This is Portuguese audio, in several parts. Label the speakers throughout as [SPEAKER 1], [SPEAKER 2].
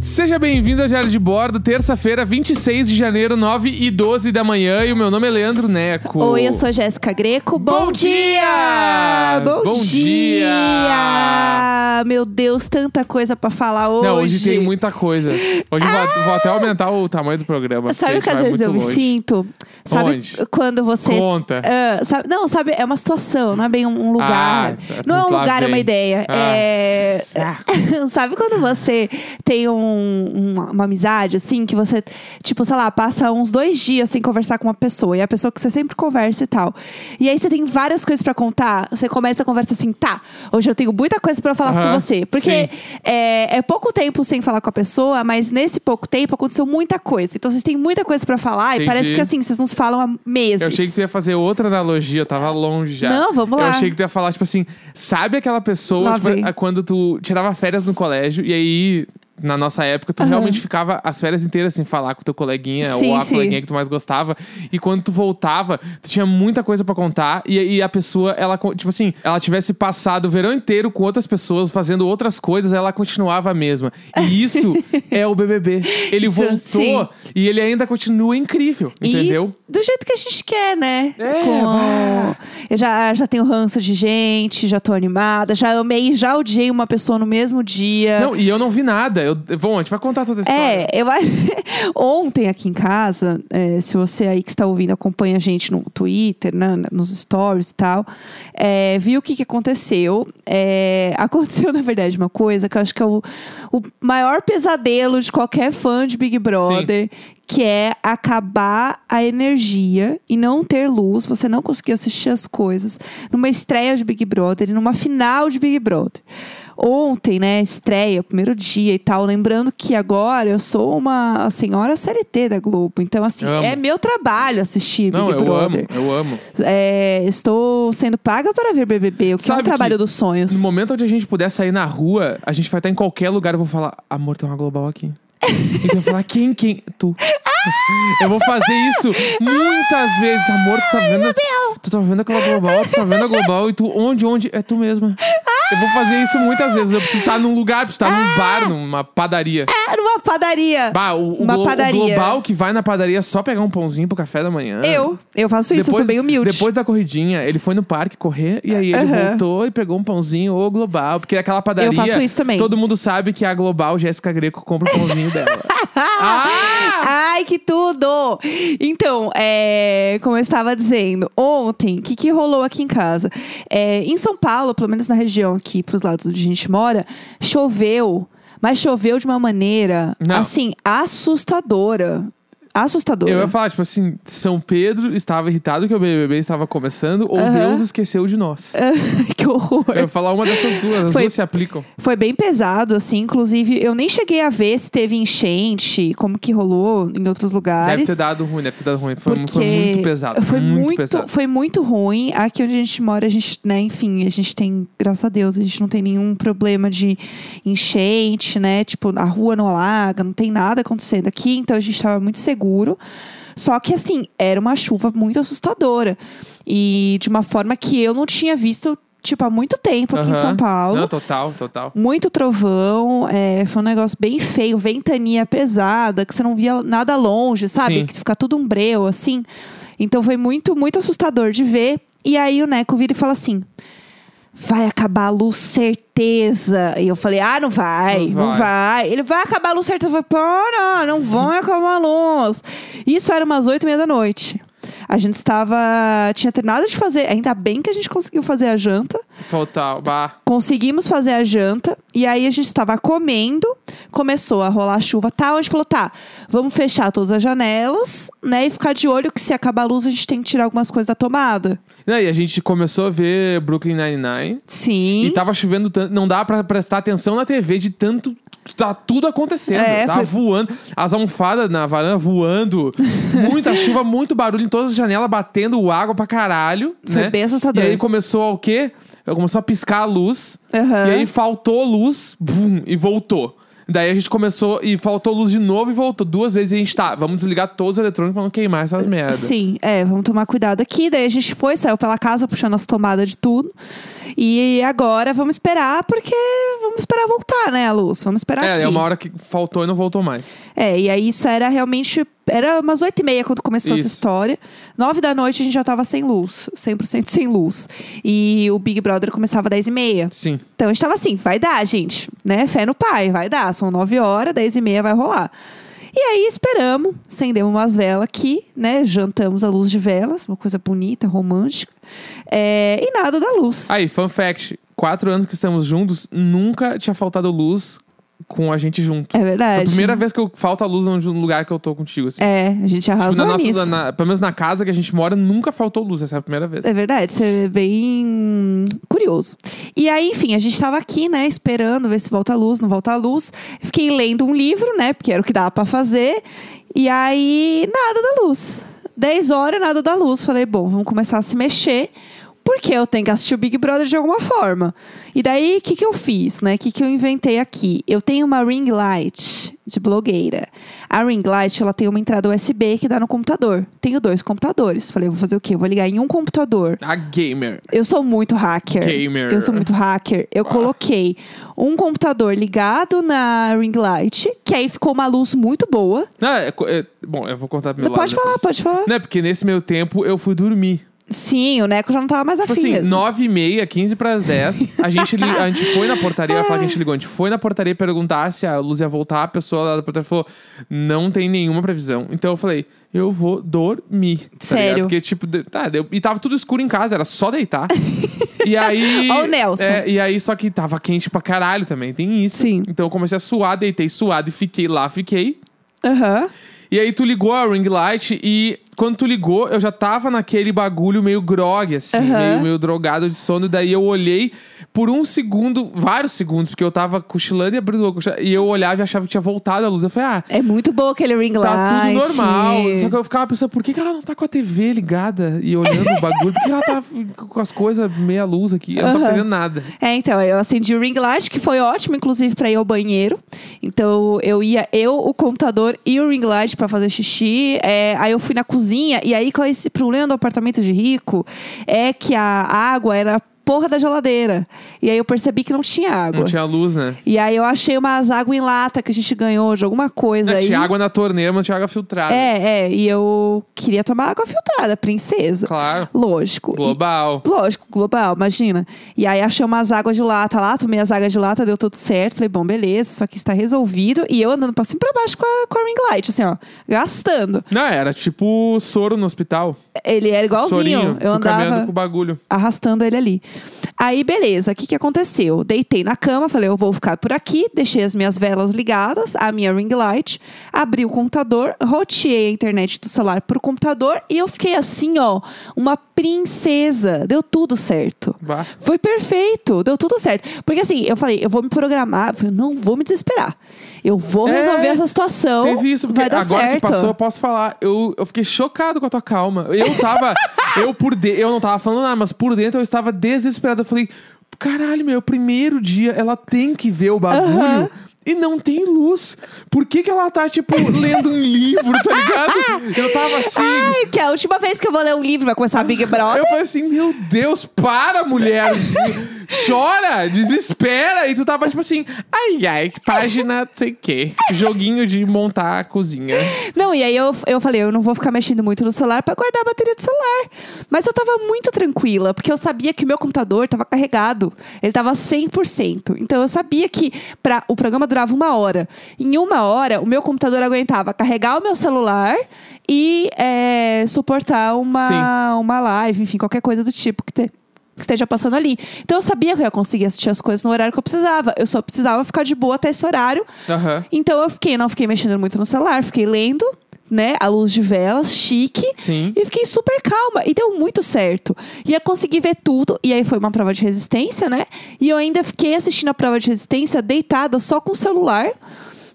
[SPEAKER 1] Seja bem-vindo ao Diário de Bordo, terça-feira, 26 de janeiro, 9 e 12 da manhã. E o meu nome é Leandro Neco.
[SPEAKER 2] Oi, eu sou a Jéssica Greco. Bom,
[SPEAKER 1] Bom dia!
[SPEAKER 2] dia!
[SPEAKER 1] Bom dia!
[SPEAKER 2] Meu Deus, tanta coisa pra falar hoje.
[SPEAKER 1] Não, hoje tem muita coisa. Hoje vou, vou até aumentar o tamanho do programa. porque a
[SPEAKER 2] Sabe o
[SPEAKER 1] gente
[SPEAKER 2] que às
[SPEAKER 1] vai
[SPEAKER 2] vezes
[SPEAKER 1] muito
[SPEAKER 2] eu me
[SPEAKER 1] longe.
[SPEAKER 2] sinto? Sabe
[SPEAKER 1] Onde?
[SPEAKER 2] quando você.
[SPEAKER 1] Conta.
[SPEAKER 2] Ah, sabe- não, sabe, é uma situação, não é bem um lugar.
[SPEAKER 1] Ah, tá,
[SPEAKER 2] não é um
[SPEAKER 1] lá
[SPEAKER 2] lugar, é
[SPEAKER 1] vem.
[SPEAKER 2] uma ideia.
[SPEAKER 1] Ah,
[SPEAKER 2] é. sabe quando você tem um- uma, uma amizade, assim, que você, tipo, sei lá, passa uns dois dias sem conversar com uma pessoa, e é a pessoa que você sempre conversa e tal. E aí você tem várias coisas pra contar, você começa a conversa assim, tá, hoje eu tenho muita coisa pra falar
[SPEAKER 1] Aham,
[SPEAKER 2] com você. Porque é, é pouco tempo sem falar com a pessoa, mas nesse pouco tempo aconteceu muita coisa. Então vocês têm muita coisa pra falar,
[SPEAKER 1] Entendi.
[SPEAKER 2] e parece que assim, vocês não se falam há meses.
[SPEAKER 1] Eu achei que tu ia fazer outra analogia, eu tava longe já.
[SPEAKER 2] Não, vamos
[SPEAKER 1] Eu
[SPEAKER 2] lá.
[SPEAKER 1] achei que tu ia falar, tipo assim, sabe aquela pessoa
[SPEAKER 2] Lá
[SPEAKER 1] tipo,
[SPEAKER 2] vem.
[SPEAKER 1] a- quando tu tirava férias no colégio e aí. Na nossa época, tu
[SPEAKER 2] Aham.
[SPEAKER 1] realmente ficava as férias inteiras sem falar com teu coleguinha ou
[SPEAKER 2] Sim,
[SPEAKER 1] a
[SPEAKER 2] sim.
[SPEAKER 1] coleguinha que tu mais gostava. E quando tu voltava, tu tinha muita coisa pra contar. E, e a pessoa, ela, co- tipo assim, ela tivesse passado o verão inteiro com outras pessoas, fazendo outras coisas, ela continuava a mesma. E isso é o BBB. Ele
[SPEAKER 2] Isso,
[SPEAKER 1] voltou
[SPEAKER 2] sim.
[SPEAKER 1] e ele ainda continua incrível,
[SPEAKER 2] E
[SPEAKER 1] entendeu?
[SPEAKER 2] do jeito que a gente quer, né?
[SPEAKER 1] É,
[SPEAKER 2] Com-
[SPEAKER 1] bah.
[SPEAKER 2] Eu já, já tenho ranço de gente, já tô animada, já amei, já odiei uma pessoa no mesmo dia.
[SPEAKER 1] Não, e eu não vi nada. Eu, bom, a gente vai contar toda a história.
[SPEAKER 2] É, eu acho. Ontem aqui em casa, é, se você aí que está ouvindo acompanha a gente no Twitter, né, nos stories e tal, é, viu o que, que aconteceu. É, aconteceu, na verdade, uma coisa que eu acho que é o, o maior pesadelo de qualquer fã de Big Brother. Que é acabar a energia e não ter luz, você não conseguir assistir as coisas numa estreia de Big Brother e numa final de Big Brother ontem, né, estreia, primeiro dia e tal. Lembrando que agora eu sou uma assim, senhora CLT da Globo. Então, assim,
[SPEAKER 1] Amo.
[SPEAKER 2] é meu trabalho assistir Big
[SPEAKER 1] não, eu
[SPEAKER 2] Brother.
[SPEAKER 1] amo, eu amo.
[SPEAKER 2] É, estou sendo paga para ver BBB, o que
[SPEAKER 1] Sabe
[SPEAKER 2] é um trabalho
[SPEAKER 1] que
[SPEAKER 2] dos sonhos.
[SPEAKER 1] No momento onde a gente puder sair na rua, a gente vai estar em qualquer lugar. Eu vou falar, amor, tem uma global aqui. e tu vai falar, quem, quem? Tu. eu vou fazer isso muitas vezes. Amor, tu tá vendo. Tu tá vendo aquela global, tu tá vendo a global. E tu, onde, onde? É tu mesma. eu vou fazer isso muitas vezes. Eu preciso estar num lugar, preciso estar num bar, numa padaria.
[SPEAKER 2] Ah. É, numa padaria.
[SPEAKER 1] Bah, o, o
[SPEAKER 2] Uma
[SPEAKER 1] glo- o
[SPEAKER 2] padaria.
[SPEAKER 1] global que vai na padaria é só pegar um pãozinho pro café da manhã.
[SPEAKER 2] Eu, eu faço isso, eu sou bem humilde.
[SPEAKER 1] Depois da corridinha, ele foi no parque correr e aí ele
[SPEAKER 2] Aham.
[SPEAKER 1] voltou e pegou um pãozinho ou global, porque aquela padaria.
[SPEAKER 2] Eu faço isso também.
[SPEAKER 1] Todo mundo sabe que a global Jéssica Greco compra o pãozinho dela. ah!
[SPEAKER 2] Ai, que tudo! Então, é, como eu estava dizendo, ontem, o que, que rolou aqui em casa? É, em São Paulo, pelo menos na região aqui, pros lados onde a gente mora, choveu. Mas choveu de uma maneira,
[SPEAKER 1] Não.
[SPEAKER 2] assim, assustadora. Assustadora.
[SPEAKER 1] Eu ia falar, tipo assim, São Pedro estava irritado que o BBB estava começando ou
[SPEAKER 2] Aham.
[SPEAKER 1] Deus esqueceu de nós.
[SPEAKER 2] que horror.
[SPEAKER 1] Eu ia falar uma dessas duas, as
[SPEAKER 2] Foi-
[SPEAKER 1] duas se aplicam.
[SPEAKER 2] Foi bem pesado, assim. Inclusive, eu nem cheguei a ver se teve enchente, como que rolou em outros
[SPEAKER 1] Deve
[SPEAKER 2] lugares.
[SPEAKER 1] ter dado ruim, deve ter dado ruim. Foi, foi
[SPEAKER 2] Porque
[SPEAKER 1] muito pesado.
[SPEAKER 2] Foi
[SPEAKER 1] muito,
[SPEAKER 2] muito,
[SPEAKER 1] pesado.
[SPEAKER 2] foi muito ruim. Aqui onde a gente mora, a gente, né, enfim, a gente tem, graças a Deus, a gente não tem nenhum problema de enchente, né? Tipo, a rua não alaga, não tem nada acontecendo aqui, então a gente estava muito seguro. Só que assim, era uma chuva muito assustadora. E de uma forma que eu não tinha visto, tipo, há muito tempo aqui em
[SPEAKER 1] Aham.
[SPEAKER 2] São Paulo.
[SPEAKER 1] Não, total, total.
[SPEAKER 2] Muito trovão, é, foi um negócio bem feio, ventania pesada, que você não via nada longe, sabe?
[SPEAKER 1] Sim.
[SPEAKER 2] Que fica tudo um breu, assim. Então foi muito, muito assustador de ver. E aí o Neco vira e fala assim: vai acabar a luz, certeza. E eu falei: ah, não vai,
[SPEAKER 1] Não
[SPEAKER 2] não vai.
[SPEAKER 1] vai.
[SPEAKER 2] Ele vai acabar a luz, certeza. Eu falei: pô, não, não vai acabar a luz. Isso era umas oito e meia da noite. A gente estava. Tinha terminado de fazer, ainda bem que a gente conseguiu fazer a janta.
[SPEAKER 1] Total. Bah.
[SPEAKER 2] Conseguimos fazer a janta e aí a gente estava comendo, começou a rolar chuva tal, a gente falou, tá, vamos fechar todas as janelas, né, e ficar de olho que se acabar a luz a gente tem que tirar algumas coisas da tomada.
[SPEAKER 1] E aí, a gente começou a ver Brooklyn Nine-Nine.
[SPEAKER 2] Sim.
[SPEAKER 1] E tá tava chovendo tanto, não dá pra prestar atenção na TV de tanto. Tá tudo acontecendo.
[SPEAKER 2] É,
[SPEAKER 1] tá
[SPEAKER 2] foi-
[SPEAKER 1] voando. As almofadas na varanda voando. Muita chuva, muito barulho em todas as janelas, batendo água pra caralho.
[SPEAKER 2] Foi
[SPEAKER 1] né?
[SPEAKER 2] bem assustador.
[SPEAKER 1] E aí começou ao quê? Começou a piscar a luz.
[SPEAKER 2] Aham.
[SPEAKER 1] E aí faltou luz, bum, e voltou. Daí a gente começou e faltou luz de novo e voltou duas vezes e a gente tá, vamos desligar todos os eletrônicos pra não queimar essas merdas.
[SPEAKER 2] Sim, é, vamos tomar cuidado aqui. Daí a gente foi, saiu pela casa puxando as tomadas de tudo. E agora vamos esperar, porque vamos esperar voltar, né, a luz? Vamos esperar
[SPEAKER 1] É,
[SPEAKER 2] aqui.
[SPEAKER 1] é uma hora que faltou e não voltou mais.
[SPEAKER 2] É, e aí isso era realmente. Era umas oito e meia quando começou essa
[SPEAKER 1] Isso.
[SPEAKER 2] história. Nove da noite a gente já tava sem luz, 100% sem luz. E o Big Brother começava às dez e meia.
[SPEAKER 1] Sim.
[SPEAKER 2] Então a gente tava assim, vai dar, gente, né? Fé no pai, vai dar. São nove horas, dez e meia vai rolar. E aí esperamos, acendemos umas velas aqui, né? Jantamos à luz de velas, uma coisa bonita, romântica. É, e nada da luz.
[SPEAKER 1] Aí, fun fact: quatro anos que estamos juntos, nunca tinha faltado luz com a gente junto.
[SPEAKER 2] É
[SPEAKER 1] Foi
[SPEAKER 2] verdade.
[SPEAKER 1] a primeira vez que eu falta luz num lugar que eu tô contigo. Assim.
[SPEAKER 2] É, a gente
[SPEAKER 1] Tipo, na
[SPEAKER 2] arrasou
[SPEAKER 1] nossa,
[SPEAKER 2] nisso.
[SPEAKER 1] na- na- pelo menos na casa que a gente mora, nunca faltou luz. Essa é a primeira vez.
[SPEAKER 2] É verdade, isso é bem curioso. E aí, enfim, a gente tava aqui, né, esperando ver se volta a luz, não volta a luz. Fiquei lendo um livro, né, porque era o que dava pra fazer. E aí, nada da luz. 10 horas, nada da luz. Falei, bom, vamos começar a se mexer. Porque eu tenho que assistir o Big Brother de alguma forma. E daí, o que, que eu fiz, né? O que, que eu inventei aqui? Eu tenho uma ring light de blogueira. A ring light, ela tem uma entrada USB que dá no computador. Tenho dois computadores. Falei, eu vou fazer o quê? Eu vou ligar em um computador.
[SPEAKER 1] A gamer.
[SPEAKER 2] Eu sou muito hacker.
[SPEAKER 1] Gamer.
[SPEAKER 2] Eu sou muito hacker. Eu
[SPEAKER 1] Ah.
[SPEAKER 2] coloquei um computador ligado na ring light, que aí ficou uma luz muito boa.
[SPEAKER 1] Não, é co- é- bom, eu vou contar meu lado
[SPEAKER 2] pode falar,
[SPEAKER 1] depois.
[SPEAKER 2] pode falar.
[SPEAKER 1] Não, é porque nesse meio tempo eu fui dormir.
[SPEAKER 2] Sim, o Neco já não tava mais afim
[SPEAKER 1] Tipo assim,
[SPEAKER 2] mesmo.
[SPEAKER 1] 9 e meia, 15 pras 10, a gente, li- a gente foi na portaria, vai falar que a gente ligou, a gente foi na portaria perguntar se a luz ia voltar, a pessoa lá da portaria falou, não tem nenhuma previsão. Então eu falei, eu vou dormir. tá
[SPEAKER 2] Sério?
[SPEAKER 1] ligado? Porque, tipo, de- tá, deu- e tava tudo escuro em casa, era só deitar. e aí...
[SPEAKER 2] Ó o Nelson.
[SPEAKER 1] é, e aí, só que tava quente pra caralho também, tem isso.
[SPEAKER 2] Sim.
[SPEAKER 1] Então eu comecei a suar, deitei suado e fiquei lá, fiquei.
[SPEAKER 2] Aham.
[SPEAKER 1] E aí tu ligou a ring light e quando tu ligou, eu já tava naquele bagulho meio grog, assim,
[SPEAKER 2] Aham.
[SPEAKER 1] meio, meio drogado de sono. E daí eu olhei por um segundo, vários segundos, porque eu tava cochilando e abrindo o olho, cochilando, E eu olhava e achava que tinha voltado a luz. Eu falei, ah,
[SPEAKER 2] É muito bom aquele ring
[SPEAKER 1] tá
[SPEAKER 2] light.
[SPEAKER 1] tudo normal. Só que eu ficava pensando, por que, que ela não tá com a TV ligada e olhando o bagulho? Por que ela tá com as coisas meia luz aqui? Eu não
[SPEAKER 2] Aham.
[SPEAKER 1] tava entendendo nada.
[SPEAKER 2] É, então, eu acendi o ring light, que foi ótimo, inclusive, pra ir ao banheiro. Então, eu ia, eu, o computador e o ring light pra fazer xixi. É, aí eu fui na cozinha, e aí qual é esse problema do apartamento de rico? É que a água era a porra da geladeira. E aí eu percebi que não tinha água.
[SPEAKER 1] Não tinha luz, né?
[SPEAKER 2] E aí eu achei umas água em lata que a gente ganhou de alguma coisa
[SPEAKER 1] Não,
[SPEAKER 2] aí.
[SPEAKER 1] É tinha água na torneira, mas não tinha água filtrada.
[SPEAKER 2] É, é, e eu queria tomar água filtrada, princesa.
[SPEAKER 1] Claro.
[SPEAKER 2] Lógico. E-
[SPEAKER 1] Global.
[SPEAKER 2] Lógico, global, imagina. E aí achei umas águas de lata lá, tomei as águas de lata, deu tudo certo. Falei, bom, beleza, isso aqui está resolvido. E eu andando pra cima e pra baixo com a, com a ring light, assim, ó, gastando.
[SPEAKER 1] Não, era tipo soro no hospital.
[SPEAKER 2] Ele era igualzinho.
[SPEAKER 1] Sorinho,
[SPEAKER 2] eu
[SPEAKER 1] tu caminhando
[SPEAKER 2] andava
[SPEAKER 1] com o bagulho.
[SPEAKER 2] arrastando ele ali. Aí, beleza, o que, que aconteceu? Deitei na cama, falei, eu vou ficar por aqui, deixei as minhas velas ligadas, a minha ring light, abri o computador, roteei a internet do celular pro computador e eu fiquei assim, ó, uma princesa. Deu tudo certo.
[SPEAKER 1] Bah.
[SPEAKER 2] Foi perfeito, deu tudo certo. Porque assim, eu falei, eu vou me programar, eu falei, não vou me desesperar. Eu vou
[SPEAKER 1] É,
[SPEAKER 2] resolver essa situação.
[SPEAKER 1] Teve isso, porque
[SPEAKER 2] Então, vai dar
[SPEAKER 1] agora
[SPEAKER 2] certo.
[SPEAKER 1] que passou, eu posso falar. Eu, eu fiquei chocado com a tua calma. Eu tava. eu por de, Eu não tava falando nada, mas por dentro eu estava desesperado. Eu falei, caralho, meu, é primeiro dia ela tem que ver o bagulho.
[SPEAKER 2] Aham.
[SPEAKER 1] E não tem luz. Por que, que ela tá, tipo, lendo um livro, tá ligado? Eu tava assim.
[SPEAKER 2] Ai, que é a última vez que eu vou ler um livro, vai começar a Big Brother.
[SPEAKER 1] Eu falei assim, meu Deus, para, mulher! Chora, desespera! E tu tava tipo assim, ai, ai, que página, não sei o quê. Joguinho de montar a cozinha.
[SPEAKER 2] Não, e aí eu, eu falei, eu não vou ficar mexendo muito no celular pra guardar a bateria do celular. Mas eu tava muito tranquila, porque eu sabia que o meu computador tava carregado. Ele tava 100%. Então eu sabia que pra, o programa durava uma hora. Em uma hora, o meu computador aguentava carregar o meu celular e é, suportar uma, uma live, enfim, qualquer coisa do tipo que te- que esteja passando ali. Então eu sabia que eu ia conseguir assistir as coisas no horário que eu precisava. Eu só precisava ficar de boa até esse horário
[SPEAKER 1] Aham.
[SPEAKER 2] então eu fiquei, não fiquei mexendo muito no celular, fiquei lendo, né? A luz de velas, chique.
[SPEAKER 1] Sim.
[SPEAKER 2] E fiquei super calma. E deu muito certo. E eu consegui ver tudo. E aí foi uma prova de resistência, né? E eu ainda fiquei assistindo a prova de resistência deitada só com o celular.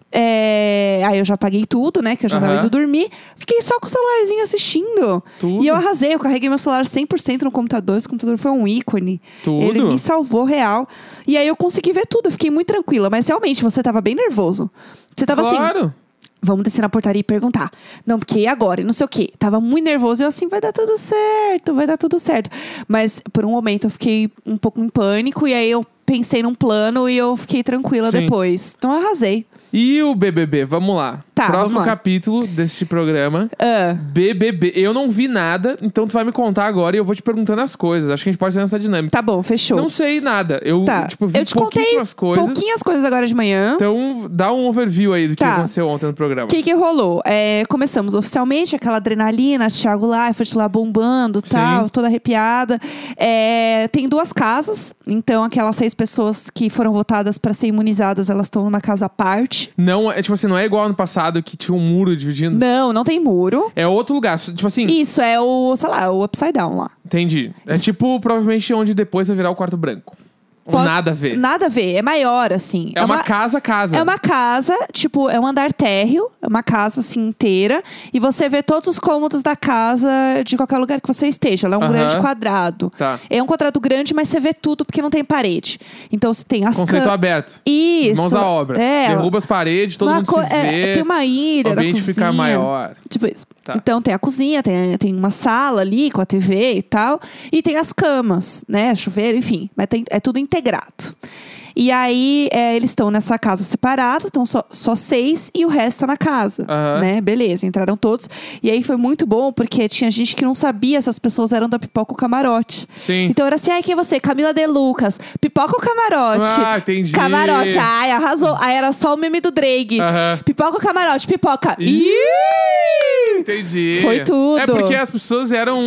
[SPEAKER 2] É, Aí eu já paguei tudo, né? Que eu já tava
[SPEAKER 1] Aham.
[SPEAKER 2] indo dormir. Fiquei só com o celularzinho assistindo.
[SPEAKER 1] Tudo.
[SPEAKER 2] E eu arrasei, eu carreguei meu celular 100% no computador. Esse computador foi um ícone.
[SPEAKER 1] Tudo.
[SPEAKER 2] Ele me salvou real. E aí eu consegui ver tudo, eu fiquei muito tranquila. Mas realmente, você tava bem nervoso. Você tava assim,
[SPEAKER 1] claro.
[SPEAKER 2] vamos descer na portaria e perguntar. Não, porque e agora? E não sei o quê. Tava muito nervoso. Eu assim, vai dar tudo certo, vai dar tudo certo. Mas por um momento eu fiquei um pouco em pânico. E aí eu pensei num plano e eu fiquei tranquila
[SPEAKER 1] Sim.
[SPEAKER 2] depois. Então eu arrasei.
[SPEAKER 1] E o BBB? Vamos lá.
[SPEAKER 2] Tá,
[SPEAKER 1] Próximo
[SPEAKER 2] vamos lá.
[SPEAKER 1] capítulo deste programa.
[SPEAKER 2] Ah,
[SPEAKER 1] BBB. Eu não vi nada, então tu vai me contar agora e eu vou te perguntando as coisas. Acho que a gente pode ser nessa dinâmica.
[SPEAKER 2] tá bom, fechou.
[SPEAKER 1] Não sei nada. Eu,
[SPEAKER 2] Tá.
[SPEAKER 1] tipo, vi
[SPEAKER 2] Eu te contei
[SPEAKER 1] pouquíssimas coisas.
[SPEAKER 2] Pouquinhas coisas agora de manhã.
[SPEAKER 1] Então, dá um overview aí do que
[SPEAKER 2] Tá.
[SPEAKER 1] aconteceu ontem no programa.
[SPEAKER 2] O que, que rolou? É, começamos oficialmente, aquela adrenalina, Thiago Leifert lá bombando
[SPEAKER 1] Sim.
[SPEAKER 2] tal, toda arrepiada. É, tem duas casas, então aquelas seis pessoas que foram votadas para ser imunizadas, elas estão numa casa à parte.
[SPEAKER 1] Não, é tipo assim, não é igual ano passado que tinha um muro dividindo.
[SPEAKER 2] Não, não tem muro.
[SPEAKER 1] É outro lugar. Tipo assim,
[SPEAKER 2] Isso é o, sei lá, o Upside Down lá.
[SPEAKER 1] entendi. É tipo, provavelmente, onde depois vai virar o quarto branco.
[SPEAKER 2] Pode-
[SPEAKER 1] Nada a ver.
[SPEAKER 2] Nada a ver, é maior assim.
[SPEAKER 1] É uma casa, casa.
[SPEAKER 2] É uma casa, tipo, é um andar térreo, é uma casa assim inteira, e você vê todos os cômodos da casa de qualquer lugar que você esteja. Ela é um
[SPEAKER 1] Aham.
[SPEAKER 2] grande quadrado.
[SPEAKER 1] Tá.
[SPEAKER 2] É um quadrado grande, mas você vê tudo porque não tem parede. Então você tem as
[SPEAKER 1] Conceito
[SPEAKER 2] cam-
[SPEAKER 1] aberto.
[SPEAKER 2] Isso.
[SPEAKER 1] Mãos à obra.
[SPEAKER 2] É.
[SPEAKER 1] Derruba as paredes, todo
[SPEAKER 2] uma
[SPEAKER 1] mundo
[SPEAKER 2] co-
[SPEAKER 1] se
[SPEAKER 2] é,
[SPEAKER 1] vê.
[SPEAKER 2] tem uma ilha,
[SPEAKER 1] o
[SPEAKER 2] era
[SPEAKER 1] ambiente
[SPEAKER 2] cozinha.
[SPEAKER 1] fica maior.
[SPEAKER 2] Tipo isso.
[SPEAKER 1] Tá.
[SPEAKER 2] Então tem a cozinha, tem, tem uma sala ali com a TV e tal. E tem as camas, né? Chuveiro, enfim. Mas tem- é tudo integrado. E aí é, eles estão nessa casa separada, estão só, só seis e o resto tá na casa.
[SPEAKER 1] Aham.
[SPEAKER 2] Né? Beleza, entraram todos. E aí foi muito bom porque tinha gente que não sabia se as pessoas eram da pipoca ou camarote.
[SPEAKER 1] Sim.
[SPEAKER 2] Então era assim, ai, quem é você? Camila De Lucas, pipoca ou camarote?
[SPEAKER 1] Ah, entendi.
[SPEAKER 2] Camarote, ai, arrasou. Aí era só o meme do Drake.
[SPEAKER 1] Aham.
[SPEAKER 2] Pipoca ou camarote? Pipoca.
[SPEAKER 1] Ih!
[SPEAKER 2] Ih!
[SPEAKER 1] Entendi.
[SPEAKER 2] Foi tudo.
[SPEAKER 1] É porque as pessoas eram,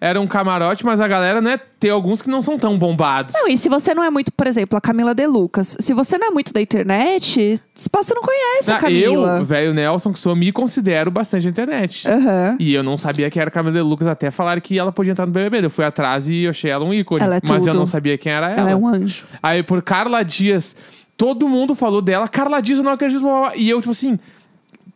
[SPEAKER 1] eram camarote, mas a galera, né, tem alguns que não são tão bombados.
[SPEAKER 2] Não, e se você não é muito, por exemplo, a Camila De Lucas, se você não é muito da internet, se passa não conhece
[SPEAKER 1] Ah,
[SPEAKER 2] a Camila.
[SPEAKER 1] eu, velho Nelson, que sou, me considero bastante na internet.
[SPEAKER 2] Aham.
[SPEAKER 1] E eu não sabia quem era a Camila de Lucas até falar que ela podia entrar no BBB. Eu fui atrás e eu achei ela um ícone.
[SPEAKER 2] Ela é
[SPEAKER 1] mas eu
[SPEAKER 2] tudo.
[SPEAKER 1] não sabia quem era ela.
[SPEAKER 2] Ela é um anjo.
[SPEAKER 1] Aí por Carla Dias, todo mundo falou dela. Carla Dias, eu não acredito. blá, blá, blá. E eu, tipo assim,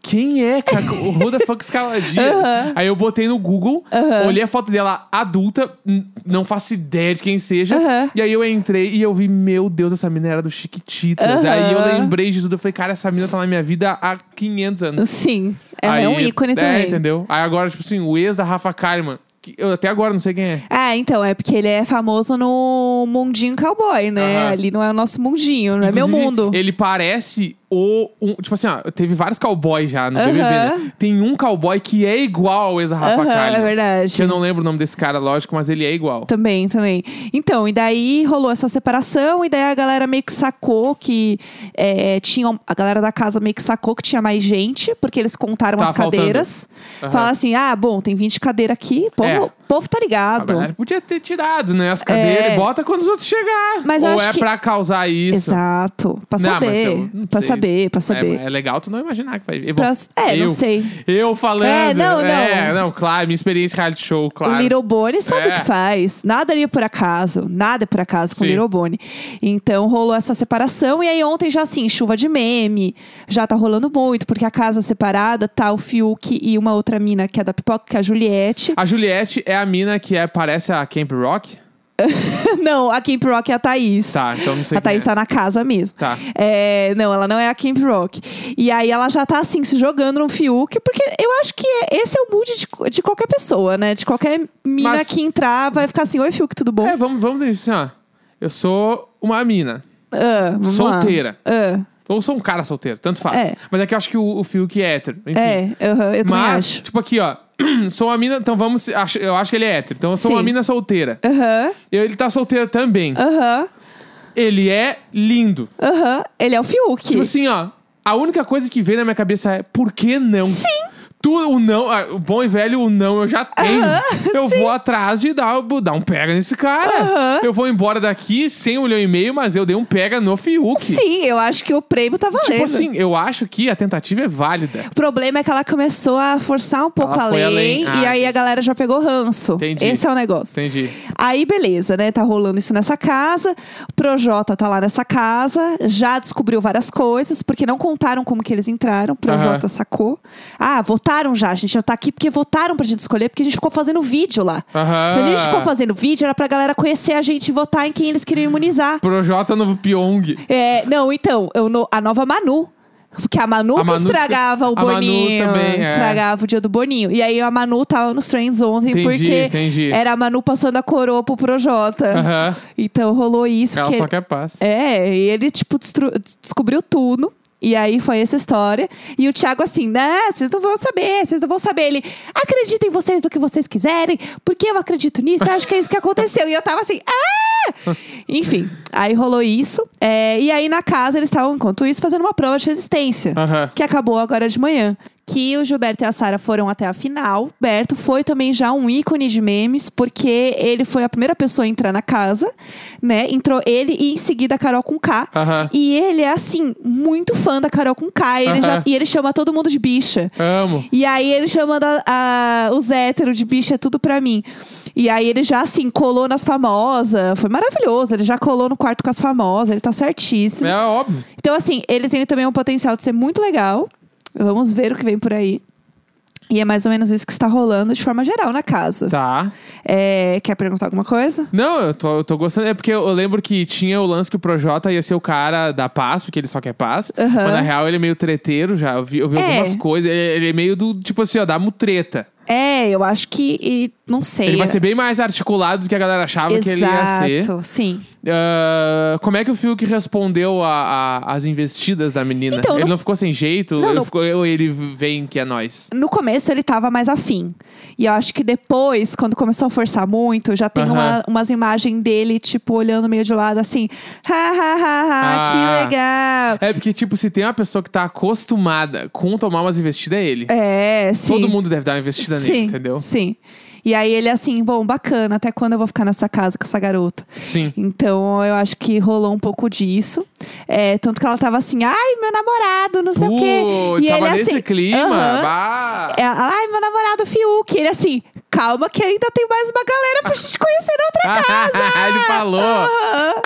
[SPEAKER 1] quem é cara? Who the fuck is Carla Dias?
[SPEAKER 2] Aham.
[SPEAKER 1] Aí eu botei no Google,
[SPEAKER 2] Aham.
[SPEAKER 1] olhei a foto dela adulta, n- não faço ideia de quem seja.
[SPEAKER 2] Aham.
[SPEAKER 1] E aí eu entrei e eu vi, meu Deus, essa mina era do Chiquititas.
[SPEAKER 2] Aham.
[SPEAKER 1] Aí eu lembrei de tudo. Eu falei, cara, essa mina tá na minha vida há 500 anos.
[SPEAKER 2] Sim, ela
[SPEAKER 1] Aí-
[SPEAKER 2] é um ícone
[SPEAKER 1] é,
[SPEAKER 2] também.
[SPEAKER 1] entendeu? Aí agora, tipo assim, o ex da Rafa Kalimann, que eu até agora não sei quem é.
[SPEAKER 2] Ah, então, é porque ele é famoso no mundinho cowboy, né?
[SPEAKER 1] Aham.
[SPEAKER 2] Ali não é o nosso mundinho, não é meu
[SPEAKER 1] Inclusive,
[SPEAKER 2] mundo.
[SPEAKER 1] Ele parece o. um- tipo assim, ó, teve vários cowboys já no
[SPEAKER 2] Aham.
[SPEAKER 1] BBB, né? Tem um cowboy que é igual ao ex-Rafa
[SPEAKER 2] Aham,
[SPEAKER 1] Kalimann.
[SPEAKER 2] é verdade. Tá
[SPEAKER 1] Que eu não lembro o nome desse cara, lógico, mas ele é igual.
[SPEAKER 2] Também, também. Então, e daí rolou essa separação, e daí a galera meio que sacou que é, tinha. A galera da casa meio que sacou que tinha mais gente, porque eles contaram
[SPEAKER 1] Tava
[SPEAKER 2] as cadeiras.
[SPEAKER 1] Aham.
[SPEAKER 2] Falaram assim: ah, bom, tem 20 cadeiras aqui. Povo,
[SPEAKER 1] É.
[SPEAKER 2] povo tá
[SPEAKER 1] A
[SPEAKER 2] ligado.
[SPEAKER 1] galera podia ter tirado, né? As cadeiras.
[SPEAKER 2] É.
[SPEAKER 1] Bota quando os outros chegar.
[SPEAKER 2] Mas eu
[SPEAKER 1] Ou
[SPEAKER 2] acho
[SPEAKER 1] é
[SPEAKER 2] que-
[SPEAKER 1] pra causar isso.
[SPEAKER 2] Exato. Pra
[SPEAKER 1] Não, mas
[SPEAKER 2] saber.
[SPEAKER 1] eu não
[SPEAKER 2] pra
[SPEAKER 1] sei.
[SPEAKER 2] saber, pra saber.
[SPEAKER 1] É, é legal tu não imaginar que vai vir. Bom,
[SPEAKER 2] Pra- é,
[SPEAKER 1] eu,
[SPEAKER 2] não sei.
[SPEAKER 1] Eu falando.
[SPEAKER 2] É, não, não.
[SPEAKER 1] É, não, claro. Minha experiência em reality show, claro.
[SPEAKER 2] O Little Bonnie sabe
[SPEAKER 1] É.
[SPEAKER 2] o que faz. Nada ali é por acaso. Nada é por acaso com o
[SPEAKER 1] Sim.
[SPEAKER 2] Little Bonnie. Então rolou essa separação. E aí ontem já assim, chuva de meme. Já tá rolando muito, porque a casa separada tá o Fiuk e uma outra mina que é da pipoca, que é a Juliette.
[SPEAKER 1] A Juliette é a mina que é, parece a Camp Rock.
[SPEAKER 2] não, a Camp Rock é a Thaís.
[SPEAKER 1] Tá, então não sei
[SPEAKER 2] A
[SPEAKER 1] quem
[SPEAKER 2] Thaís
[SPEAKER 1] é.
[SPEAKER 2] tá na casa mesmo.
[SPEAKER 1] Tá.
[SPEAKER 2] É, não, ela não é a Camp Rock. E aí ela já tá assim, se jogando no Fiuk, porque eu acho que é- esse é o mood de, de qualquer pessoa, né? De qualquer mina
[SPEAKER 1] Mas-
[SPEAKER 2] que entrar, vai ficar assim, oi Fiuk, tudo bom?
[SPEAKER 1] É, vamos, vamos dizer assim, ó. Eu sou uma mina.
[SPEAKER 2] Ah, vamos lá.
[SPEAKER 1] Solteira.
[SPEAKER 2] Ah.
[SPEAKER 1] Ou sou um cara solteiro, tanto faz.
[SPEAKER 2] É.
[SPEAKER 1] Mas é que eu acho que o, o Fiuk é hétero. Enfim.
[SPEAKER 2] É, aham, eu também
[SPEAKER 1] Mas,
[SPEAKER 2] acho.
[SPEAKER 1] tipo aqui, ó. Sou uma mina. Então vamos. se- acho- Eu acho que ele é hétero. Então eu sou uma
[SPEAKER 2] Sim.
[SPEAKER 1] mina solteira.
[SPEAKER 2] Aham,
[SPEAKER 1] Eu- Ele tá solteiro também.
[SPEAKER 2] aham,
[SPEAKER 1] Ele é lindo.
[SPEAKER 2] aham. Ele é o Fiuk.
[SPEAKER 1] Tipo assim, ó. A única coisa que veio na minha cabeça é por que não? Sim! Tu, o não, ah, o bom e velho, o não eu já tenho. eu vou atrás de dar, dar um pega nesse cara.
[SPEAKER 2] Aham.
[SPEAKER 1] Eu vou embora daqui sem um milhão e meio, mas eu dei um pega no Fiuk.
[SPEAKER 2] Sim, eu acho que o prêmio tá valendo.
[SPEAKER 1] Tipo assim, eu acho que a tentativa é válida.
[SPEAKER 2] O problema é que ela começou a forçar um pouco
[SPEAKER 1] Ela foi
[SPEAKER 2] além,
[SPEAKER 1] além. Ah,
[SPEAKER 2] e aí a galera já pegou ranço.
[SPEAKER 1] Entendi.
[SPEAKER 2] Esse é o negócio.
[SPEAKER 1] Entendi.
[SPEAKER 2] Aí, beleza, né? Tá rolando isso nessa casa. O Projota tá lá nessa casa, já descobriu várias coisas, porque não contaram como que eles entraram. O Projota
[SPEAKER 1] Aham.
[SPEAKER 2] sacou. Ah, votaram já. A gente já tá aqui porque votaram pra gente escolher, porque a gente ficou fazendo vídeo lá.
[SPEAKER 1] Aham.
[SPEAKER 2] Se a gente ficou fazendo vídeo, era pra galera conhecer a gente e votar em quem eles queriam imunizar.
[SPEAKER 1] Projota no Pyong.
[SPEAKER 2] É, não, então, eu no- a nova Manu. Porque a Manu,
[SPEAKER 1] A
[SPEAKER 2] que
[SPEAKER 1] Manu
[SPEAKER 2] estragava o
[SPEAKER 1] a Manu
[SPEAKER 2] Boninho.
[SPEAKER 1] também, é.
[SPEAKER 2] estragava o dia do Boninho. E aí a Manu tava nos trends ontem
[SPEAKER 1] Entendi,
[SPEAKER 2] porque
[SPEAKER 1] entendi.
[SPEAKER 2] era a Manu passando a coroa pro Projota.
[SPEAKER 1] Aham.
[SPEAKER 2] Então rolou isso.
[SPEAKER 1] Ela
[SPEAKER 2] porque-
[SPEAKER 1] só quer paz.
[SPEAKER 2] É, e ele, tipo, destru- des- descobriu tudo. E aí foi essa história. E o Thiago assim, né, vocês não vão saber, vocês não vão saber. Ele, acreditem vocês do que vocês quiserem, porque eu acredito nisso, eu acho que é isso que aconteceu. E eu tava assim, ah! Enfim, aí rolou isso. É, e aí na casa eles estavam, enquanto isso, fazendo uma prova de resistência
[SPEAKER 1] Aham.
[SPEAKER 2] que acabou agora de manhã. Que o Gilberto e a Sara foram até a final. Gilberto foi também já um ícone de memes, porque ele foi a primeira pessoa a entrar na casa, né? Entrou ele e em seguida a Carol com K.
[SPEAKER 1] Aham.
[SPEAKER 2] E ele é, assim, muito fã da Carol com K. Ele
[SPEAKER 1] Aham.
[SPEAKER 2] já- e ele chama todo mundo de bicha.
[SPEAKER 1] Amo.
[SPEAKER 2] E aí ele chamando a, a- os héteros de bicha é tudo pra mim. E aí ele já, assim, colou nas famosas. Foi maravilhoso. Ele já colou no quarto com as famosas. Ele tá certíssimo.
[SPEAKER 1] É óbvio.
[SPEAKER 2] Então, assim, ele tem também um potencial de ser muito legal. Vamos ver o que vem por aí. E é mais ou menos isso que está rolando de forma geral na casa.
[SPEAKER 1] Tá.
[SPEAKER 2] É, quer perguntar alguma coisa?
[SPEAKER 1] Não, eu tô, eu tô gostando. É porque eu lembro que tinha o lance que o Projota ia ser o cara da paz, porque ele só quer paz.
[SPEAKER 2] Aham.
[SPEAKER 1] Mas na real ele é meio treteiro já. Eu vi, eu vi
[SPEAKER 2] É.
[SPEAKER 1] algumas coisas. Ele, ele é meio do tipo assim, ó, dá mutreta.
[SPEAKER 2] É, eu acho que. e não sei.
[SPEAKER 1] Ele vai ser bem mais articulado do que a galera achava
[SPEAKER 2] Exato,
[SPEAKER 1] que ele ia ser.
[SPEAKER 2] sim.
[SPEAKER 1] Ah, como é que o Fiuk respondeu a- a- às investidas da menina?
[SPEAKER 2] Então,
[SPEAKER 1] ele
[SPEAKER 2] não-
[SPEAKER 1] não... ficou sem jeito?
[SPEAKER 2] Não,
[SPEAKER 1] Ele
[SPEAKER 2] não.
[SPEAKER 1] ficou- ou ele vem que é nós?
[SPEAKER 2] No começo ele tava mais afim. E eu acho que depois, quando começou a forçar muito, já tem
[SPEAKER 1] Aham.
[SPEAKER 2] uma- umas imagens dele, tipo, olhando meio de lado assim. Ha, ha, ha, ha,
[SPEAKER 1] Ah.
[SPEAKER 2] que legal.
[SPEAKER 1] É porque, tipo, se tem uma pessoa que tá acostumada com tomar umas investidas, é ele.
[SPEAKER 2] É, sim.
[SPEAKER 1] Todo mundo deve dar uma investida
[SPEAKER 2] sim,
[SPEAKER 1] nele, entendeu?
[SPEAKER 2] Sim. E aí ele assim, bom, bacana, até quando eu vou ficar nessa casa com essa garota?
[SPEAKER 1] Sim.
[SPEAKER 2] Então eu acho que rolou um pouco disso. É, tanto que ela tava assim, ai, meu namorado, não sei é o
[SPEAKER 1] Pô,
[SPEAKER 2] quê. E
[SPEAKER 1] tava
[SPEAKER 2] ele
[SPEAKER 1] nesse
[SPEAKER 2] assim.
[SPEAKER 1] clima.
[SPEAKER 2] aham.
[SPEAKER 1] bah.
[SPEAKER 2] Ela, ai, meu namorado Fiuk. Ele assim, calma que ainda tem mais uma galera pra gente conhecer na outra casa.
[SPEAKER 1] ele falou.
[SPEAKER 2] É Aham.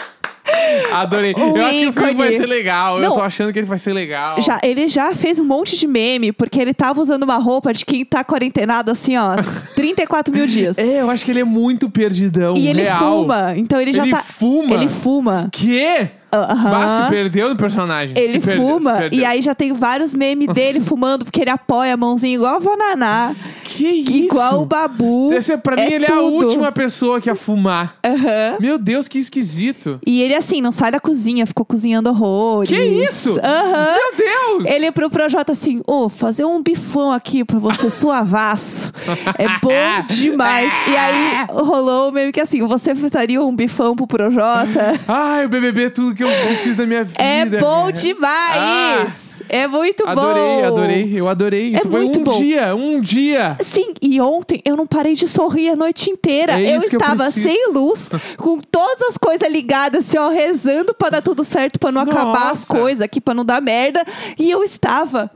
[SPEAKER 1] Adorei.
[SPEAKER 2] O
[SPEAKER 1] eu acho que o
[SPEAKER 2] ícone.
[SPEAKER 1] filme vai ser legal.
[SPEAKER 2] Não.
[SPEAKER 1] Eu tô achando que ele vai ser legal.
[SPEAKER 2] Já, ele já fez um monte de meme, porque ele tava usando uma roupa de quem tá quarentenado assim, ó, 34 mil dias.
[SPEAKER 1] É, eu acho que ele é muito perdidão.
[SPEAKER 2] E ele
[SPEAKER 1] real.
[SPEAKER 2] fuma. Então ele já
[SPEAKER 1] Ele
[SPEAKER 2] tá.
[SPEAKER 1] fuma?
[SPEAKER 2] Ele fuma.
[SPEAKER 1] Quê?
[SPEAKER 2] Aham.
[SPEAKER 1] Bah, se perdeu no personagem.
[SPEAKER 2] Ele
[SPEAKER 1] Se perdeu, se
[SPEAKER 2] fuma
[SPEAKER 1] perdeu.
[SPEAKER 2] e aí já tem vários memes dele fumando, porque ele apoia a mãozinha igual a Vonaná,
[SPEAKER 1] Que isso?
[SPEAKER 2] igual o Babu.
[SPEAKER 1] Deve ser- pra mim,
[SPEAKER 2] É
[SPEAKER 1] ele é a
[SPEAKER 2] tudo.
[SPEAKER 1] última pessoa que ia fumar.
[SPEAKER 2] Aham.
[SPEAKER 1] Meu Deus, que esquisito.
[SPEAKER 2] E ele, assim, não sai da cozinha, ficou cozinhando horrores.
[SPEAKER 1] Que isso?
[SPEAKER 2] Aham.
[SPEAKER 1] Meu Deus!
[SPEAKER 2] Ele pro Projota assim, ô, fazer um bifão aqui pra você suavaço. É bom demais. E aí rolou meio que assim, você faria um bifão pro Projota?
[SPEAKER 1] Ai, o BBB é tudo que eu preciso da minha vida.
[SPEAKER 2] É bom
[SPEAKER 1] cara.
[SPEAKER 2] demais! É muito
[SPEAKER 1] Adorei,
[SPEAKER 2] bom! É
[SPEAKER 1] adorei. Eu adorei. Isso foi
[SPEAKER 2] muito
[SPEAKER 1] um
[SPEAKER 2] bom.
[SPEAKER 1] dia, um dia.
[SPEAKER 2] Sim, e ontem eu não parei de sorrir a noite inteira.
[SPEAKER 1] É
[SPEAKER 2] eu
[SPEAKER 1] isso que eu
[SPEAKER 2] estava
[SPEAKER 1] preciso.
[SPEAKER 2] sem luz, com todas as coisas ligadas, assim, ó, rezando pra dar tudo certo, pra não acabar
[SPEAKER 1] Nossa.
[SPEAKER 2] as coisas aqui, pra não dar merda. E eu estava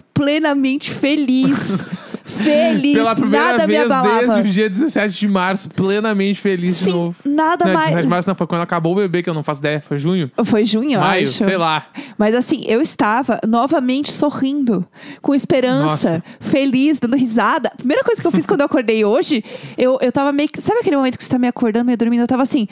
[SPEAKER 2] plenamente feliz. feliz.
[SPEAKER 1] Pela primeira
[SPEAKER 2] nada me
[SPEAKER 1] vez
[SPEAKER 2] abalava.
[SPEAKER 1] desde o dia 17 de março, plenamente feliz de
[SPEAKER 2] Sim,
[SPEAKER 1] novo.
[SPEAKER 2] nada
[SPEAKER 1] Não, 17
[SPEAKER 2] mais.
[SPEAKER 1] de março não, foi quando acabou o bebê, que eu não faço ideia. Foi junho?
[SPEAKER 2] Foi junho, eu
[SPEAKER 1] maio?
[SPEAKER 2] acho.
[SPEAKER 1] Sei lá.
[SPEAKER 2] Mas assim, eu estava novamente sorrindo, com esperança,
[SPEAKER 1] Nossa.
[SPEAKER 2] feliz, dando risada. A primeira coisa que eu fiz quando eu acordei hoje, eu, eu tava meio que. Sabe aquele momento que você tá me acordando, meio dormindo? Eu tava assim.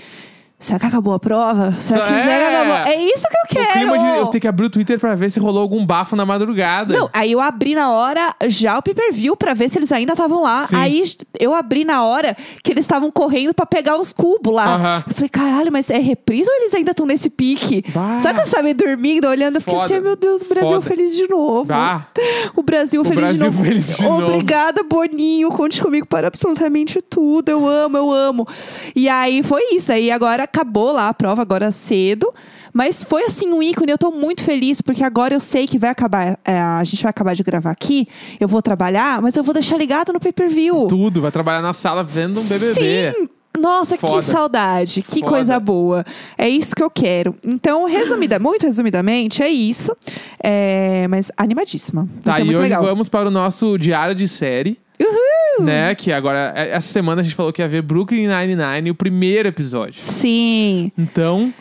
[SPEAKER 2] Será que acabou a prova? Será que,
[SPEAKER 1] É!
[SPEAKER 2] será que acabou? É isso que eu
[SPEAKER 1] O clima de eu
[SPEAKER 2] quero!
[SPEAKER 1] ter que abrir o Twitter pra ver se rolou algum bafo na madrugada.
[SPEAKER 2] Não, aí eu abri na hora já o pay-per-view pra ver se eles ainda estavam lá.
[SPEAKER 1] Sim.
[SPEAKER 2] Aí eu abri na hora que eles estavam correndo pra pegar os cubos lá.
[SPEAKER 1] Aham.
[SPEAKER 2] Eu falei, caralho, mas é reprise ou eles ainda estão nesse pique?
[SPEAKER 1] Bah.
[SPEAKER 2] Sabe que eu sabe, dormindo, olhando, eu fiquei
[SPEAKER 1] Foda.
[SPEAKER 2] assim, "Ai, meu Deus, o Brasil
[SPEAKER 1] Foda.
[SPEAKER 2] feliz de novo.
[SPEAKER 1] Bah.
[SPEAKER 2] O Brasil,
[SPEAKER 1] O
[SPEAKER 2] feliz, de
[SPEAKER 1] Brasil
[SPEAKER 2] novo.
[SPEAKER 1] feliz de novo.
[SPEAKER 2] Obrigada, Boninho. Conte comigo para absolutamente tudo. Eu amo, eu amo. E aí foi isso. Aí agora acabou lá a prova, agora cedo. Mas foi assim um ícone. Eu tô muito feliz, porque agora eu sei que vai acabar. é, a gente vai acabar de gravar aqui. Eu vou trabalhar, mas eu vou deixar ligado no pay-per-view.
[SPEAKER 1] Tudo, vai trabalhar na sala vendo um BBB.
[SPEAKER 2] Sim! Nossa, que
[SPEAKER 1] Foda.
[SPEAKER 2] saudade, que
[SPEAKER 1] Foda.
[SPEAKER 2] coisa boa. É isso que eu quero. Então, resumida, muito resumidamente, é isso. É, mas animadíssima. Vai
[SPEAKER 1] Tá,
[SPEAKER 2] ser
[SPEAKER 1] e
[SPEAKER 2] é muito
[SPEAKER 1] hoje
[SPEAKER 2] legal. Hum.
[SPEAKER 1] vamos para o nosso diário de série. Né? Que agora, é- essa semana a gente falou que ia ver Brooklyn Nine-Nine, o primeiro episódio.
[SPEAKER 2] Sim.
[SPEAKER 1] Então,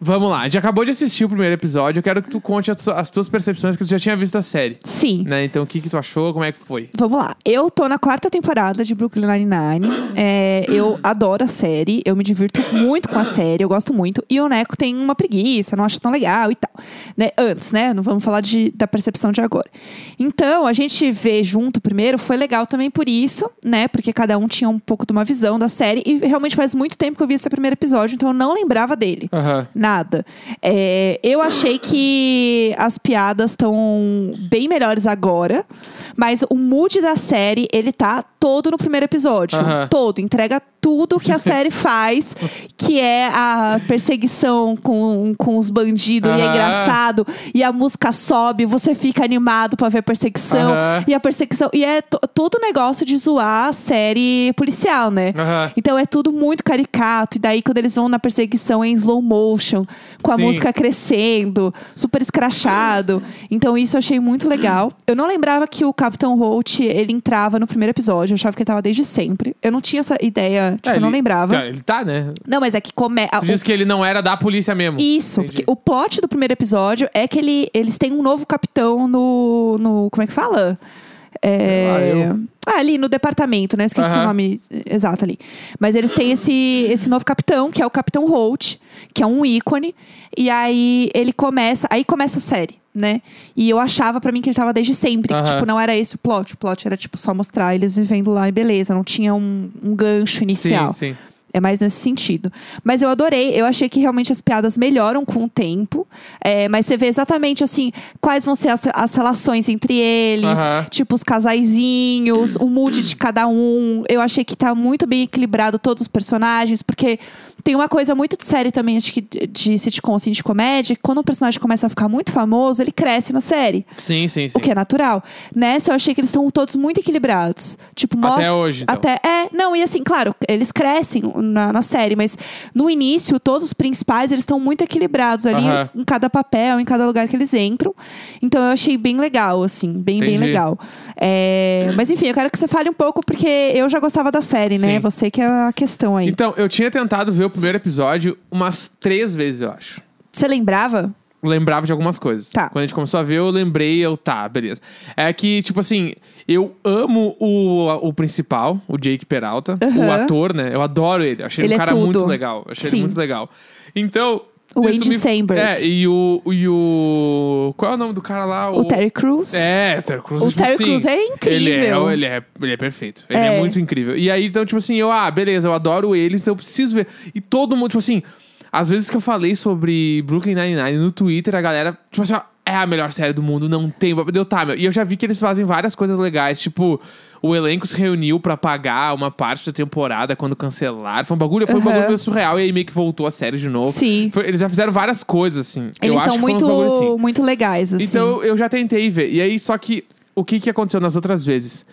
[SPEAKER 1] vamos lá. A gente acabou de assistir o primeiro episódio. Eu quero que tu conte as tu- as tuas percepções que tu já tinha visto a série.
[SPEAKER 2] Sim.
[SPEAKER 1] Né? Então, o que, que tu achou? Como é que foi?
[SPEAKER 2] Vamos lá. Eu tô na quarta temporada de Brooklyn Nine-Nine. É, eu adoro a série. Eu me divirto muito com a série. Eu gosto muito. E o Neco tem uma preguiça, não acha tão legal e tal. Né? Antes, né? Não vamos falar de, da percepção de agora. Então, a gente vê junto primeiro. Foi legal também por isso, né? Porque cada um tinha um pouco de uma visão da série. E realmente faz muito tempo que eu vi esse primeiro episódio. Então, eu não lembrava dele.
[SPEAKER 1] Aham.
[SPEAKER 2] Nada. É, eu achei que as piadas estão bem melhores agora, mas o mood da série, ele tá todo no primeiro episódio.
[SPEAKER 1] Aham.
[SPEAKER 2] Todo. Entrega tudo que a série faz, que é a perseguição com, com os bandidos, e é
[SPEAKER 1] Aham.
[SPEAKER 2] engraçado, e a música sobe, você fica animado pra ver a perseguição,
[SPEAKER 1] Aham.
[SPEAKER 2] e a perseguição. E é to- todo negócio de zoar a série policial, né?
[SPEAKER 1] Aham.
[SPEAKER 2] Então é tudo muito caricato. E daí, quando eles vão na perseguição é em slow motion, com a
[SPEAKER 1] Sim.
[SPEAKER 2] música crescendo, super escrachado. Então, isso eu achei muito legal. Eu não lembrava que o Capitão Holt ele entrava no primeiro episódio. Eu achava que ele tava desde sempre. Eu não tinha essa ideia, tipo,
[SPEAKER 1] É,
[SPEAKER 2] eu não
[SPEAKER 1] ele-
[SPEAKER 2] lembrava.
[SPEAKER 1] Tá, Ele tá, né?
[SPEAKER 2] Não, mas é que come... a-
[SPEAKER 1] Tu disse que ele não era da polícia mesmo.
[SPEAKER 2] Isso,
[SPEAKER 1] Entendi.
[SPEAKER 2] porque o plot do primeiro episódio é que ele, eles têm um novo capitão no. no como é que fala? É, ah, ali no departamento, né? Eu Esqueci
[SPEAKER 1] Aham.
[SPEAKER 2] o nome exato ali. Mas eles têm esse, esse novo capitão, que é o Capitão Holt, que é um ícone. E aí ele começa. Aí começa a série, né? E eu achava pra mim que ele tava desde sempre.
[SPEAKER 1] Aham.
[SPEAKER 2] Que, tipo, não era esse o plot. O plot era, tipo, só mostrar eles vivendo lá e beleza. Não tinha um, um gancho inicial.
[SPEAKER 1] Sim, sim.
[SPEAKER 2] É mais nesse sentido. Mas eu adorei, eu achei que realmente as piadas melhoram com o tempo. É, mas você vê exatamente assim quais vão ser as, as relações entre eles,
[SPEAKER 1] Aham.
[SPEAKER 2] tipo os casaizinhos, o mood de cada um. Eu achei que tá muito bem equilibrado todos os personagens, porque tem uma coisa muito de série também, acho que de, de sitcom assim, de comédia, que quando um personagem começa a ficar muito famoso, ele cresce na série.
[SPEAKER 1] Sim, sim, sim.
[SPEAKER 2] O que é natural. Nessa, eu achei que eles estão todos muito equilibrados. Tipo, mostra.
[SPEAKER 1] Até hoje, então.
[SPEAKER 2] Até, é, não, e assim, claro, eles crescem na, na série, mas no início, todos os principais, eles estão muito equilibrados ali
[SPEAKER 1] Aham.
[SPEAKER 2] em cada papel, em cada lugar que eles entram. Então eu achei bem legal, assim, bem, bem
[SPEAKER 1] Entendi.
[SPEAKER 2] legal. É, mas enfim, eu quero que você fale um pouco, porque eu já gostava da série, né?
[SPEAKER 1] Sim.
[SPEAKER 2] Você que é a questão aí.
[SPEAKER 1] Então, eu tinha tentado ver o primeiro episódio umas três vezes, eu acho.
[SPEAKER 2] Você lembrava?
[SPEAKER 1] lembrava de algumas coisas.
[SPEAKER 2] Tá.
[SPEAKER 1] Quando a gente começou a ver, eu lembrei, eu, tá, beleza. É que, tipo assim, eu amo o, o principal, o Jake Peralta,
[SPEAKER 2] Aham.
[SPEAKER 1] o ator, né? Eu adoro ele. Achei ele
[SPEAKER 2] Ele
[SPEAKER 1] um
[SPEAKER 2] é
[SPEAKER 1] cara
[SPEAKER 2] tudo.
[SPEAKER 1] muito legal. Achei
[SPEAKER 2] Sim.
[SPEAKER 1] ele muito legal. Então.
[SPEAKER 2] O
[SPEAKER 1] isso
[SPEAKER 2] Andy Samberg.
[SPEAKER 1] É, e o, e o. Qual é o nome do cara lá?
[SPEAKER 2] O, Terry Crews?
[SPEAKER 1] É, o Terry Crews,
[SPEAKER 2] O
[SPEAKER 1] tipo
[SPEAKER 2] Terry
[SPEAKER 1] assim,
[SPEAKER 2] Crews é incrível.
[SPEAKER 1] Ele é, ele é, ele é perfeito. Ele é.
[SPEAKER 2] É.
[SPEAKER 1] muito incrível. E aí, então, tipo assim, eu, ah, beleza, eu adoro eles, então eu preciso ver. E todo mundo, tipo assim, às vezes que eu falei sobre Brooklyn Nine-Nine no Twitter, a galera, tipo assim, ó, é a melhor série do mundo, não tem. papo. Deu tá, meu. E eu já vi que eles fazem várias coisas legais, tipo. O elenco se reuniu pra pagar uma parte da temporada quando cancelaram. Foi um bagulho, foi um
[SPEAKER 2] Aham.
[SPEAKER 1] bagulho meio surreal e aí meio que voltou a série de novo.
[SPEAKER 2] Sim.
[SPEAKER 1] Foi- eles já fizeram várias coisas, assim. eu
[SPEAKER 2] Eles
[SPEAKER 1] acho
[SPEAKER 2] são
[SPEAKER 1] que foi
[SPEAKER 2] muito,
[SPEAKER 1] um bagulho assim.
[SPEAKER 2] muito legais, assim.
[SPEAKER 1] Então eu já tentei ver. E aí, só que o que, que aconteceu nas outras vezes?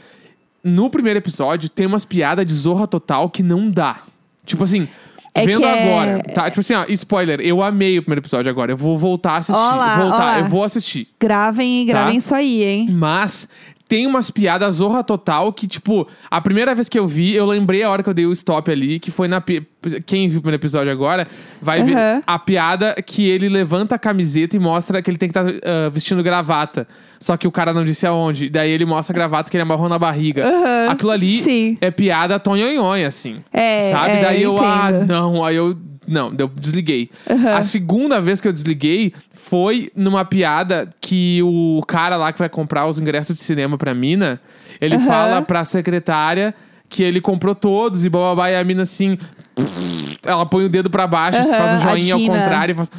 [SPEAKER 1] No primeiro episódio, tem umas piadas de zorra total que não dá. Tipo assim,
[SPEAKER 2] É
[SPEAKER 1] vendo
[SPEAKER 2] que é-
[SPEAKER 1] agora. Tá? Tipo assim, ó, spoiler, eu amei o primeiro episódio agora. Eu vou voltar a assistir.
[SPEAKER 2] Ó lá,
[SPEAKER 1] voltar,
[SPEAKER 2] ó lá.
[SPEAKER 1] eu vou assistir.
[SPEAKER 2] Gravem,
[SPEAKER 1] tá.
[SPEAKER 2] gravem isso aí, hein?
[SPEAKER 1] Mas tem umas piadas zorra total que, tipo, a primeira vez que eu vi, eu lembrei a hora que eu dei o stop ali, que foi na. pi- Quem viu o primeiro episódio agora vai ver
[SPEAKER 2] Aham.
[SPEAKER 1] a piada que ele levanta a camiseta e mostra que ele tem que estar vestindo gravata. Só que o cara não disse aonde. Daí ele mostra a gravata que ele amarrou na barriga.
[SPEAKER 2] Aham,
[SPEAKER 1] Aquilo ali
[SPEAKER 2] sim.
[SPEAKER 1] é piada tonhonhonha, assim.
[SPEAKER 2] É,
[SPEAKER 1] Sabe?
[SPEAKER 2] é,
[SPEAKER 1] Daí eu, ah,
[SPEAKER 2] entendo.
[SPEAKER 1] não, aí eu. Não, eu desliguei. A segunda vez que eu desliguei foi numa piada que o cara lá que vai comprar os ingressos de cinema pra mina, ele
[SPEAKER 2] Aham.
[SPEAKER 1] fala pra secretária que ele comprou todos e bababá, e a mina assim. Ela põe o dedo pra baixo,
[SPEAKER 2] Aham,
[SPEAKER 1] faz um
[SPEAKER 2] a
[SPEAKER 1] joinha ao
[SPEAKER 2] Gina.
[SPEAKER 1] contrário e faz.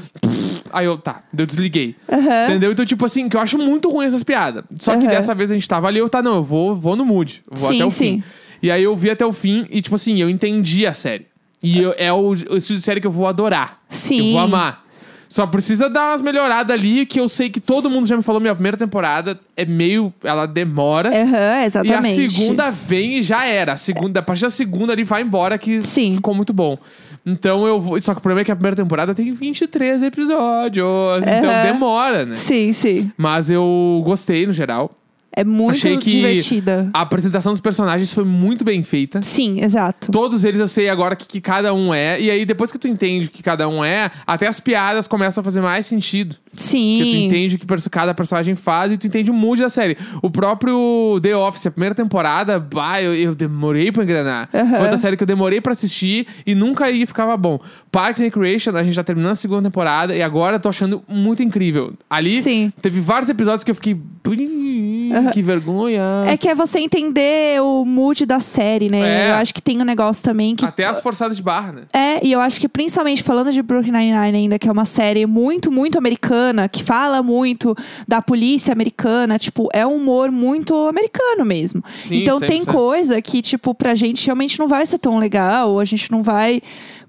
[SPEAKER 1] Aí eu, tá, eu desliguei.
[SPEAKER 2] Aham.
[SPEAKER 1] Entendeu? Então, tipo assim, que eu acho muito ruim essas piadas. Só que
[SPEAKER 2] Aham.
[SPEAKER 1] dessa vez a gente tava ali, eu tá, não, eu vou, vou no mood. Vou
[SPEAKER 2] Sim,
[SPEAKER 1] até o
[SPEAKER 2] sim.
[SPEAKER 1] fim. E aí eu vi até o fim e, tipo assim, eu entendi a série. E eu- é o, o estilo de série que eu vou adorar.
[SPEAKER 2] Sim.
[SPEAKER 1] Eu vou amar. Só precisa dar umas melhoradas ali, que eu sei que todo mundo já me falou, minha primeira temporada é meio. Ela demora.
[SPEAKER 2] Aham,
[SPEAKER 1] E a
[SPEAKER 2] exatamente.
[SPEAKER 1] segunda vem e já era. A segunda, a partir da segunda ele vai embora que
[SPEAKER 2] Sim.
[SPEAKER 1] ficou muito bom. Então eu vou. Só que o problema é que a primeira temporada tem 23 episódios. Então
[SPEAKER 2] Aham.
[SPEAKER 1] demora, né?
[SPEAKER 2] Sim, sim.
[SPEAKER 1] Mas eu gostei no geral.
[SPEAKER 2] É muito
[SPEAKER 1] Achei que-
[SPEAKER 2] divertida.
[SPEAKER 1] A apresentação dos personagens foi muito bem feita.
[SPEAKER 2] Sim, exato.
[SPEAKER 1] Todos eles eu sei agora o que, que cada um é. E aí, depois que tu entende o que cada um é, até as piadas começam a fazer mais sentido. Porque tu
[SPEAKER 2] Sim.
[SPEAKER 1] entende o que perso- cada personagem faz e tu entende o mood da série. O próprio The Office, a primeira temporada, bah, eu, eu demorei pra engrenar.
[SPEAKER 2] Aham.
[SPEAKER 1] Foi outra série que eu demorei pra assistir e nunca aí ficava bom. Parks and Recreation, a gente tá terminando a segunda temporada e agora eu tô achando muito incrível. Ali
[SPEAKER 2] Sim.
[SPEAKER 1] teve vários episódios que eu fiquei. "Ih, Que vergonha.
[SPEAKER 2] É que é você entender o mood da série, né?
[SPEAKER 1] É.
[SPEAKER 2] Eu acho que tem um negócio também que.
[SPEAKER 1] Até as forçadas de barra, né?
[SPEAKER 2] É, e eu acho que principalmente falando de Brooklyn Nine-Nine ainda, que é uma série muito, muito americana, que fala muito da polícia americana, tipo, é um humor muito americano mesmo.
[SPEAKER 1] Sim,
[SPEAKER 2] então tem
[SPEAKER 1] 100%.
[SPEAKER 2] coisa que, tipo, pra gente realmente não vai ser tão legal, a gente não vai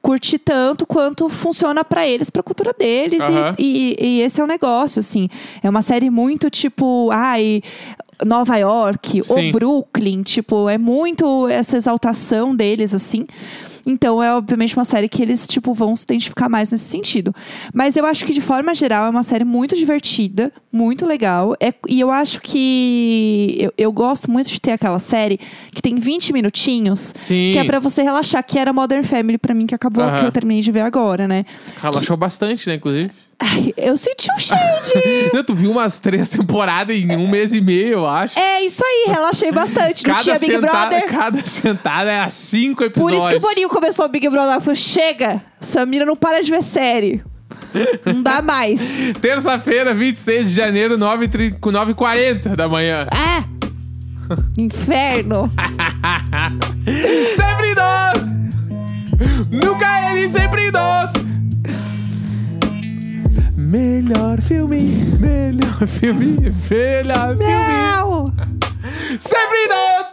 [SPEAKER 2] curtir tanto quanto funciona pra eles, pra cultura deles. e-
[SPEAKER 1] Aham.
[SPEAKER 2] E, e esse é o negócio, assim. É uma série muito, tipo, ai... Nova York,
[SPEAKER 1] Sim.
[SPEAKER 2] o Brooklyn, tipo, é muito essa exaltação deles, assim. Então, é obviamente uma série que eles, tipo, vão se identificar mais nesse sentido. Mas eu acho que, de forma geral, é uma série muito divertida, muito legal. É- e eu acho que. Eu, eu gosto muito de ter aquela série que tem 20 minutinhos.
[SPEAKER 1] Sim.
[SPEAKER 2] Que é pra você relaxar, que era Modern Family pra mim, que acabou,
[SPEAKER 1] Aham.
[SPEAKER 2] que eu terminei de ver agora, né?
[SPEAKER 1] Relaxou bastante, né, inclusive?
[SPEAKER 2] Ai, eu senti um shade!
[SPEAKER 1] Não, tu viu umas três temporadas em um mês e meio, eu acho.
[SPEAKER 2] é isso aí, relaxei bastante. Não tinha Big
[SPEAKER 1] senta-
[SPEAKER 2] Brother.
[SPEAKER 1] cada sentada era cinco
[SPEAKER 2] Por
[SPEAKER 1] episódios.
[SPEAKER 2] isso que o Boninho começou o Big Brother. Ela falou: chega, Samira não para de ver série. Não dá mais.
[SPEAKER 1] Terça-feira, 26 de janeiro, 9h40 da manhã.
[SPEAKER 2] Ah! Inferno!
[SPEAKER 1] sempre nós! Nunca ele, sempre nós! Melhor filme, melhor filme, melhor filme,
[SPEAKER 2] Não!
[SPEAKER 1] sempre nós!